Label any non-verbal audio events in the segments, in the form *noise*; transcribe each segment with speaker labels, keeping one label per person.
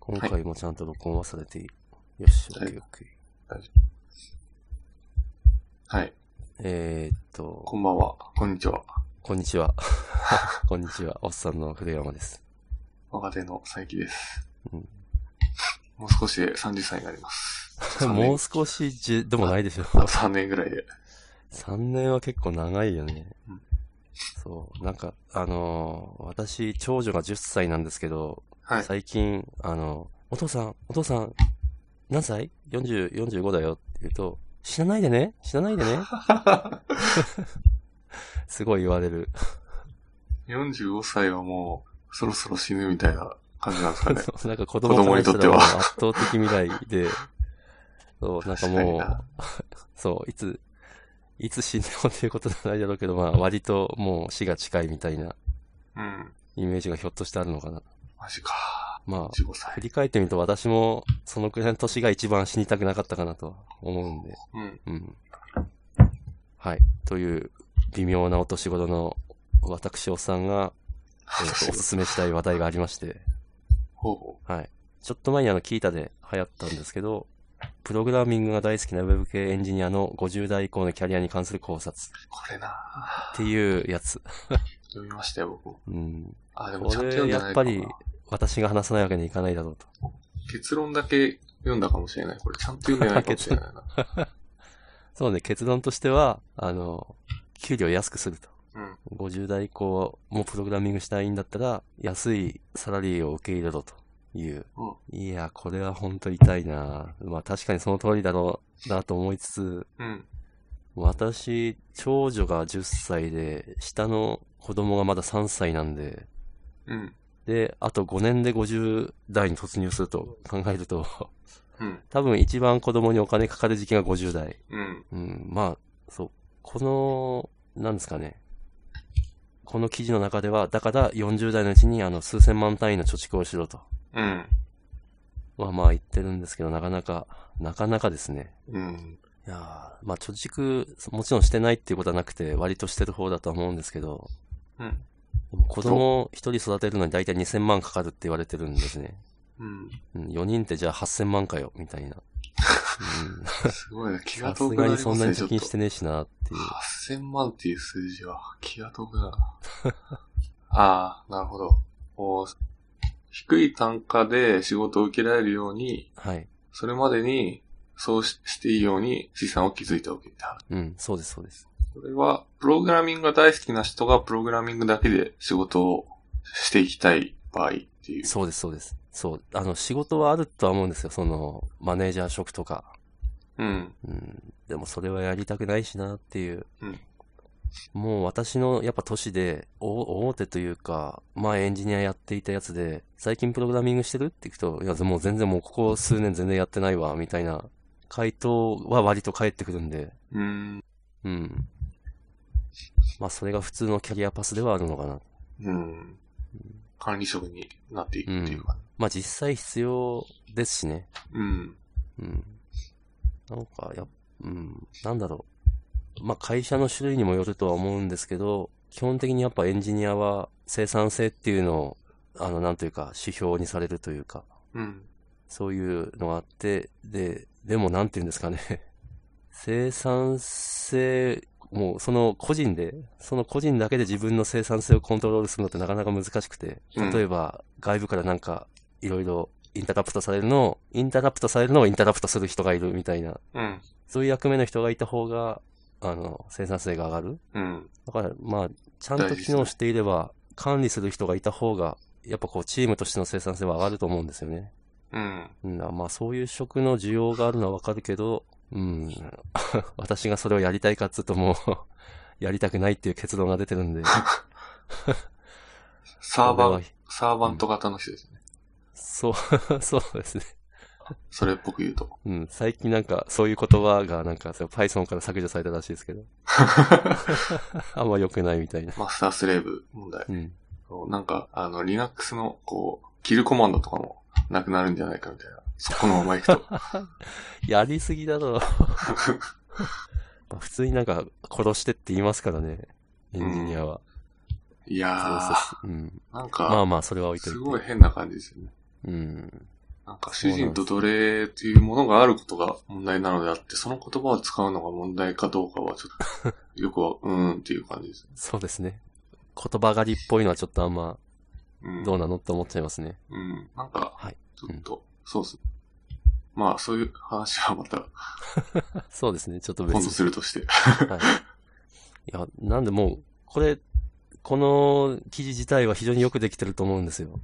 Speaker 1: 今回もちゃんと録音はされている。よし、
Speaker 2: はい
Speaker 1: OKOK。
Speaker 2: はい。
Speaker 1: えーっと、
Speaker 2: こんばんは。こんにちは。
Speaker 1: こんにちは。 *laughs* こんにちは。おっさんの古山です。
Speaker 2: 若手の佐伯です。
Speaker 1: うん
Speaker 2: もう少しで30歳になります。3年
Speaker 1: もう少しじ、でもないでしょ。
Speaker 2: あと3年ぐらいで。
Speaker 1: 3年は結構長いよね
Speaker 2: うん。
Speaker 1: そう。なんか、あのー私、長女が10歳なんですけど、
Speaker 2: はい。
Speaker 1: 最近、あの、お父さん、お父さん、何歳 ?40、45だよって言うと、死なないでね死なないで
Speaker 2: *laughs*
Speaker 1: ねすごい言われる。
Speaker 2: 45歳はもう、そろそろ死ぬみたいな感じなんですかね。
Speaker 1: そう *laughs* なんか子供からしたらもう
Speaker 2: 子供にとっては
Speaker 1: 圧倒的未来で、そう、なんかも
Speaker 2: 確かにな
Speaker 1: う、 *laughs* そう、いつ、いつ死んでもっていうことじゃないだろうけど、まあ、割ともう死が近いみたいな
Speaker 2: うん。
Speaker 1: イメージがひょっとしてあるのかな。
Speaker 2: マジか。
Speaker 1: まあ、
Speaker 2: 15
Speaker 1: 振
Speaker 2: 歳。
Speaker 1: り返ってみると私もそのくらいの年が一番死にたくなかったかなとは思うんで。
Speaker 2: うん。
Speaker 1: うん。はい。という、微妙なお年頃の私、おっさんが、えーとおすすめしたい話題がありまして、
Speaker 2: ほうほ
Speaker 1: はい。ちょっと前にあの、キータで流行ったんですけど、プログラミングが大好きなウェブ系エンジニアの50代以降のキャリアに関する考察
Speaker 2: う。これな
Speaker 1: っていうやつ。
Speaker 2: 読みましたよ、僕も。
Speaker 1: うん。
Speaker 2: あ、でも
Speaker 1: こ
Speaker 2: ちゃんと読
Speaker 1: れ、
Speaker 2: んで
Speaker 1: や
Speaker 2: な
Speaker 1: っ
Speaker 2: いか
Speaker 1: ぱ
Speaker 2: な
Speaker 1: り、私が話さないわけにいかないだろうと。
Speaker 2: 結論だけ読んだかもしれない。これちゃんと読んでないかもしれないな。
Speaker 1: そうね、結論としては、あの、給料を安くすると。
Speaker 2: うん。
Speaker 1: 50代以降もプログラミングしたいんだったら、安いサラリーを受け入れろという。いや、これは本当痛いなまあ確かにその通りだろうなと思いつつ、
Speaker 2: うん。
Speaker 1: 私、長女が10歳で、下の子供がまだ3歳なんで、
Speaker 2: うん。
Speaker 1: で、あと5年で50代に突入すると考えると、 *laughs*
Speaker 2: うん。
Speaker 1: 多分一番子供にお金かかる時期が50代。
Speaker 2: うん。
Speaker 1: うん、まあ、そう。この、なんですかね。この記事の中では、だから40代のうちにあの数千万単位の貯蓄をしろと。
Speaker 2: うん。
Speaker 1: はまあ言ってるんですけど、なかなか、なかなかですね。
Speaker 2: うん。
Speaker 1: いやーまあ貯蓄、もちろんしてないっていうことはなくて、割としてる方だとは思うんですけど、
Speaker 2: うん。
Speaker 1: でも子供一人育てるのに大体2000万かかるって言われてるんですね。
Speaker 2: うん。
Speaker 1: うん、4人ってじゃあ8000万かよ、みたいな。うん
Speaker 2: す *laughs* ごいな。気が
Speaker 1: さす
Speaker 2: 遠く
Speaker 1: が
Speaker 2: なり
Speaker 1: に
Speaker 2: ます
Speaker 1: そんなに
Speaker 2: ね、ち
Speaker 1: 貯
Speaker 2: ょっと
Speaker 1: 金し。てねえしなっていう。
Speaker 2: 8000万っていう数字は気が遠くなるな。 *laughs* ああ、なるほど。こう低い単価で仕事を受けられるように、
Speaker 1: はい。
Speaker 2: それまでにそうししていいように資産を築いておけって話。
Speaker 1: うん、そうです、そうです。
Speaker 2: これは、プログラミングが大好きな人がプログラミングだけで仕事をしていきたい場合っていう。
Speaker 1: そうです、そうです。そう。あの、仕事はあるとは思うんですよ。その、マネージャー職とか。
Speaker 2: うん。
Speaker 1: うん。でもそれはやりたくないしなっていう。
Speaker 2: うん
Speaker 1: もう私のやっぱ年で、お大手というか、前エンジニアやっていたやつで、最近プログラミングしてるって聞くと、いや、もう全然もうここ数年全然やってないわ、みたいな回答は割と返ってくるんで、
Speaker 2: うーん。
Speaker 1: うん。まあそれが普通のキャリアパスではあるのかな。
Speaker 2: うん。管理職になっていくっていうか。
Speaker 1: まあ実際必要ですしね。
Speaker 2: うん。
Speaker 1: うん。なんか、やっ、うん、なんだろう。まあ、会社の種類にもよるとは思うんですけど、基本的にやっぱエンジニアは生産性っていうのを、あの、なんというか、指標にされるというか、
Speaker 2: うん。
Speaker 1: そういうのがあって、で、でもなんていうんですかね。 *laughs* 生産性、もうその個人で、その個人だけで自分の生産性をコントロールするのってなかなか難しくて、
Speaker 2: うん
Speaker 1: 例えば外部からなんかいろいろインタラプトされるのを、インタラプトされるのをインタラプトする人がいるみたいな、
Speaker 2: うん。
Speaker 1: そういう役目の人がいた方が、あの、生産性が上がる。
Speaker 2: うん。
Speaker 1: だからまあ、ちゃんと機能していれば、管理する人がいた方が、やっぱこうチームとしての生産性は上がると思うんですよね。
Speaker 2: うん。
Speaker 1: うん、まあそういう職の需要があるのはわかるけど、うん、 *laughs* 私がそれをやりたいかっつうともう、やりたくないっていう結論が出てるん *laughs* で。
Speaker 2: サーバ
Speaker 1: これ
Speaker 2: ー
Speaker 1: は、
Speaker 2: サーバント型の人ですね。
Speaker 1: そう、 *laughs* そうですね。
Speaker 2: それっぽく言
Speaker 1: *laughs*
Speaker 2: うと。
Speaker 1: うん、最近なんかそういう言葉がなんかそう Python から削除されたらしいですけど。 *laughs* あんま良くないみたいな。
Speaker 2: マスタースレーブ問題。
Speaker 1: うん。
Speaker 2: そうなんか、あの、Linux の、こう、キルコマンドとかもなくなるんじゃないかみたいな。そこのまま行くと。
Speaker 1: *laughs* やりすぎだ *laughs* ろ。まあ普通になんか殺してって言いますからね。エンジニアは。
Speaker 2: いや
Speaker 1: そうそうそううん。
Speaker 2: ー、な
Speaker 1: ま
Speaker 2: ん
Speaker 1: あ
Speaker 2: か、
Speaker 1: まあそれは置いといて。
Speaker 2: すごい変な感じですよね。
Speaker 1: うん。
Speaker 2: なんか主人と奴隷っていうものがあることが問題なのであって、その言葉を使うのが問題かどうかはちょ
Speaker 1: *laughs*
Speaker 2: っと、よくは、うーんっていう感じですね。
Speaker 1: そうですね。言葉狩りっぽいのはちょっとあんま、
Speaker 2: うん。
Speaker 1: どうなのって思っちゃいますね。
Speaker 2: うん。なんか、
Speaker 1: はい
Speaker 2: ちょっと、そうっすね。まあ、そういう話はまた、
Speaker 1: そうですね。ちょっと
Speaker 2: 今
Speaker 1: 別
Speaker 2: 度
Speaker 1: に。
Speaker 2: するとして。
Speaker 1: はい。いや、なんでもう、これ、この記事自体は非常によくできてると思うんですよ。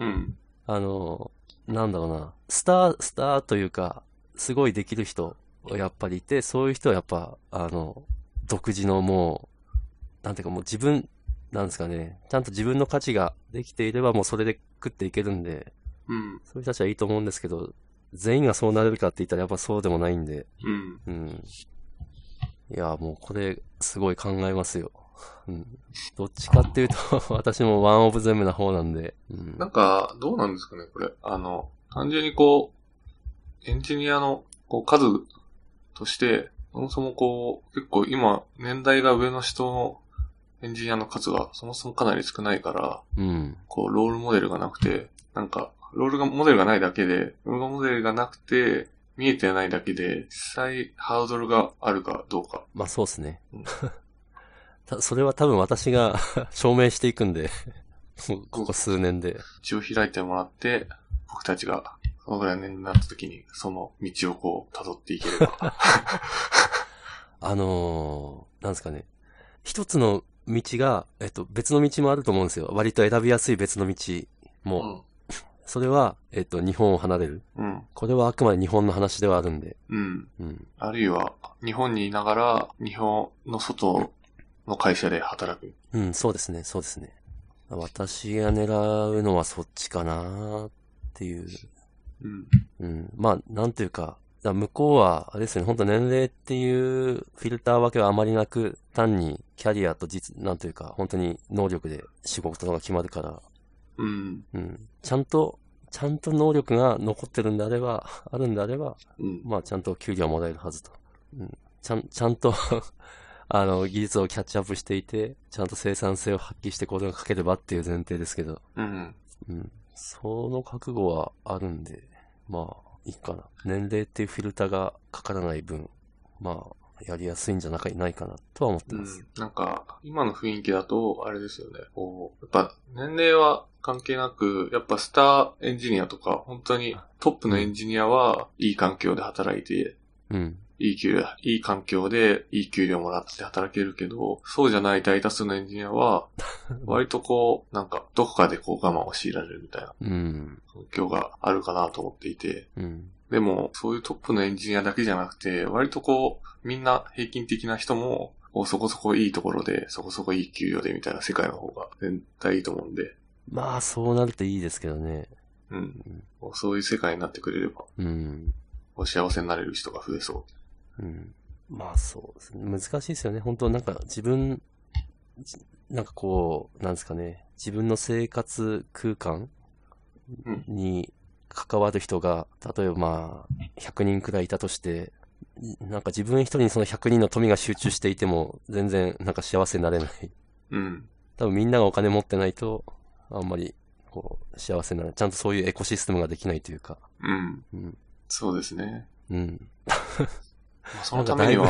Speaker 2: うん。
Speaker 1: あの、なんだろうな、スター、スターというか、すごいできる人をやっぱりいて、そういう人はやっぱ、あの、独自のもう、なんていうかもう自分、なんですかね、ちゃんと自分の価値ができていればもうそれで食っていけるんで、
Speaker 2: うん。
Speaker 1: そういう人たちはいいと思うんですけど、全員がそうなれるかって言ったらやっぱそうでもないんで、
Speaker 2: うん。
Speaker 1: うん。いや、もうこれ、すごい考えますよ。うん。どっちかっていうと、 *laughs* 私もワンオブゼムな方なんで、うん
Speaker 2: な。んか、どうなんですかね、これ。あの、単純にこう、エンジニアのこう数として、そもそもこう、結構今、年代が上の人のエンジニアの数がそもそもかなり少ないから、
Speaker 1: うん。
Speaker 2: こう、ロールモデルがなくて、なんか、ロールがモデルがないだけで、ロールモデルがなくて、見えてないだけで、実際ハードルがあるかどうか。
Speaker 1: まあそうですね
Speaker 2: うん。
Speaker 1: *laughs* たそれは多分私が *laughs* 証明していくんで、 *laughs* もうここ数年で。
Speaker 2: 道を開いてもらって、僕たちが、そのぐらいの年齢になった時に、その道をこう、辿っていければ。
Speaker 1: あのー、なんですかね。一つの道が、えっと、別の道もあると思うんですよ。割と選びやすい別の道
Speaker 2: *laughs* う
Speaker 1: も。
Speaker 2: ん。
Speaker 1: それは、えっと、日本を離れる。
Speaker 2: うん。
Speaker 1: これはあくまで日本の話ではあるんで。
Speaker 2: うん。
Speaker 1: うん。
Speaker 2: あるいは、日本にいながら、日本の外の会社で働く。
Speaker 1: うん、そうですね、そうですね。私が狙うのはそっちかなっていう。
Speaker 2: うん。
Speaker 1: うん。まあ、なんていうか、だから向こうは、あれですよね、本当年齢っていうフィルターわけはあまりなく、単にキャリアと実、なんというか、本当に能力で仕事とかが決まるから、
Speaker 2: うん。
Speaker 1: うん。ちゃんと、ちゃんと能力が残ってるんであれば、あるんであれば、
Speaker 2: うん。
Speaker 1: まあ、ちゃんと給料もらえるはずと。うん。ちゃん、ちゃんと、 *laughs* あの、技術をキャッチアップしていて、ちゃんと生産性を発揮して行動が書ければっていう前提ですけど、
Speaker 2: うん。
Speaker 1: うん。その覚悟はあるんで、まあ、いいかな。年齢っていうフィルターがかからない分、まあ、やりやすいんじゃなかないかな、とは思って
Speaker 2: う
Speaker 1: ます
Speaker 2: ん。。なんか、今の雰囲気だと、あれですよね。こう、やっぱ、年齢は関係なく、やっぱスターエンジニアとか、本当にトップのエンジニアは、いい環境で働いて、
Speaker 1: うん。
Speaker 2: いい給料、いい環境で、いい給料もらって働けるけど、そうじゃない大多数のエンジニアは、割とこう、なんか、どこかでこう我慢を強いられるみたいな
Speaker 1: うん。
Speaker 2: 環境があるかなと思っていて、
Speaker 1: うん。
Speaker 2: でも、そういうトップのエンジニアだけじゃなくて、割とこう、みんな平均的な人も、こうそこそこいいところで、そこそこいい給料でみたいな世界の方が全体いいと思うんで、
Speaker 1: まあ、そうなるといいですけどね。
Speaker 2: うん
Speaker 1: うん。
Speaker 2: こうそういう世界になってくれれば、
Speaker 1: うん。
Speaker 2: こう幸せになれる人が増えそう。
Speaker 1: うん。まあそうですね。難しいですよね。本当なんか自分、じなんかこう、なんですかね。自分の生活空間
Speaker 2: うん
Speaker 1: に関わる人が、例えばまあ、100人くらいいたとして、なんか自分一人にその100人の富が集中していても、全然なんか幸せになれない。
Speaker 2: うん。
Speaker 1: 多分みんながお金持ってないと、あんまり、こう、幸せにならない。ちゃんとそういうエコシステムができないというか。
Speaker 2: うん。
Speaker 1: うん。
Speaker 2: そうですね。
Speaker 1: うん。 *laughs*
Speaker 2: まあそのためには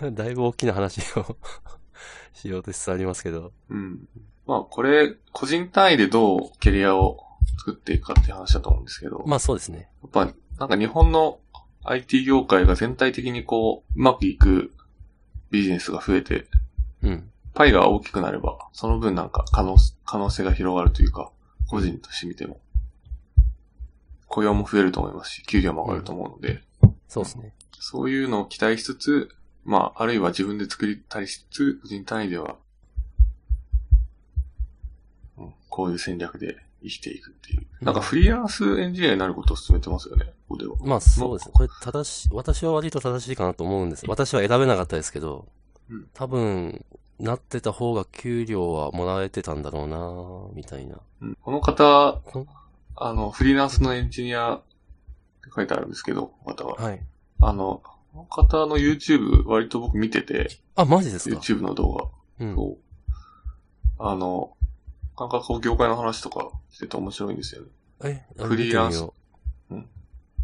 Speaker 1: なん、だいぶ大きな話を *laughs* しようとしつつありますけど。
Speaker 2: うん。まあ、これ、個人単位でどうキャリアを作っていくかっていう話だと思うんですけど、
Speaker 1: まあそうですね。
Speaker 2: やっぱ、なんか日本の IT 業界が全体的にこう、うまくいくビジネスが増えて、
Speaker 1: うん。
Speaker 2: パイが大きくなれば、その分なんか可能、可能性が広がるというか、個人として見ても、雇用も増えると思いますし、給料も上がると思うので、
Speaker 1: そうですね。
Speaker 2: そういうのを期待しつつ、まあ、あるいは自分で作りたりしつつ、個人単位では、うんこういう戦略で生きていくっていう。なんかフリーランスエンジニアになることを勧めてますよね、ここでは。
Speaker 1: まあそうですね。これ正し、私は割と正しいかなと思うんです。私は選べなかったですけど
Speaker 2: うん、
Speaker 1: 多分、なってた方が給料はもらえてたんだろうなみたいな。
Speaker 2: うんこの方
Speaker 1: こん、
Speaker 2: あの、フリーランスのエンジニアって書いてあるんですけど、この方は。
Speaker 1: はい。
Speaker 2: あの、この方の YouTube 割と僕見てて、
Speaker 1: あ、マジですか
Speaker 2: YouTube の動画。
Speaker 1: うん。
Speaker 2: そう。あの、なんかこう業界の話とかしてて面白いんですよね。
Speaker 1: え、あ
Speaker 2: フリーランス
Speaker 1: 見てみよ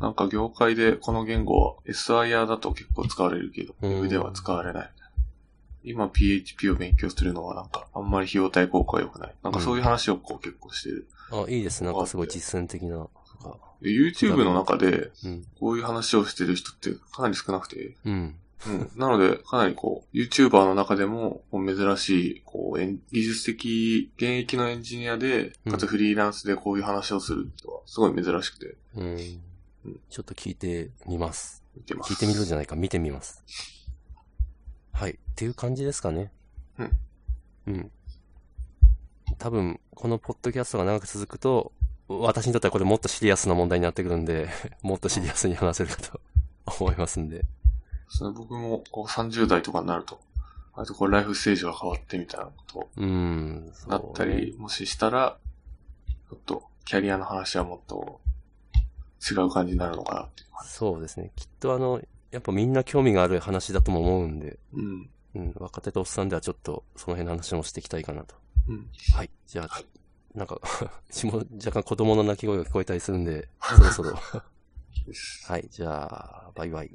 Speaker 2: なんか業界でこの言語は SIR だと結構使われるけど、
Speaker 1: うん
Speaker 2: Web では使われない。今 PHP を勉強するのはなんかあんまり費用対効果は良くない。なんかそういう話をこう結構してる。
Speaker 1: うあ、いいです。なんかすごい実践的な。
Speaker 2: で YouTube の中で
Speaker 1: うん。
Speaker 2: こういう話をしてる人ってかなり少なくて、
Speaker 1: うん。
Speaker 2: うん。なので、かなりこう、YouTuber の中でも、こう珍しい、こう、エン技術的、現役のエンジニアで、かつフリーランスでこういう話をする人は、すごい珍しくて、
Speaker 1: うん。ちょっと聞いてみます。
Speaker 2: 見てます。
Speaker 1: 聞いてみるんじゃないか、見てみます。はい。っていう感じですかね。
Speaker 2: うん。
Speaker 1: うん。多分、このポッドキャストが長く続くと、私にとってはこれもっとシリアスな問題になってくるんで、 *laughs* もっとシリアスに話せるかと *laughs* 思いますんで。
Speaker 2: その僕も、こう、30代とかになると、あとこう、ライフステージが変わってみたいなこ
Speaker 1: うん。
Speaker 2: と、なった
Speaker 1: そうね
Speaker 2: り、もししたら、ちょっと、キャリアの話はもっと、違う感じになるのかなっていう感
Speaker 1: そうですね。きっとあの、やっぱみんな興味がある話だとも思うんで、
Speaker 2: じ。うん。
Speaker 1: うん、若手とおっさんではちょっとその辺の話もしていきたいかなと。
Speaker 2: うん。
Speaker 1: はい。じゃあ、
Speaker 2: はい
Speaker 1: なんか、 *laughs* 私も若干子供の
Speaker 2: *laughs*
Speaker 1: 泣き声が聞こえたりするんで、そろそろ。
Speaker 2: です
Speaker 1: はい。じゃあ、バイバイ。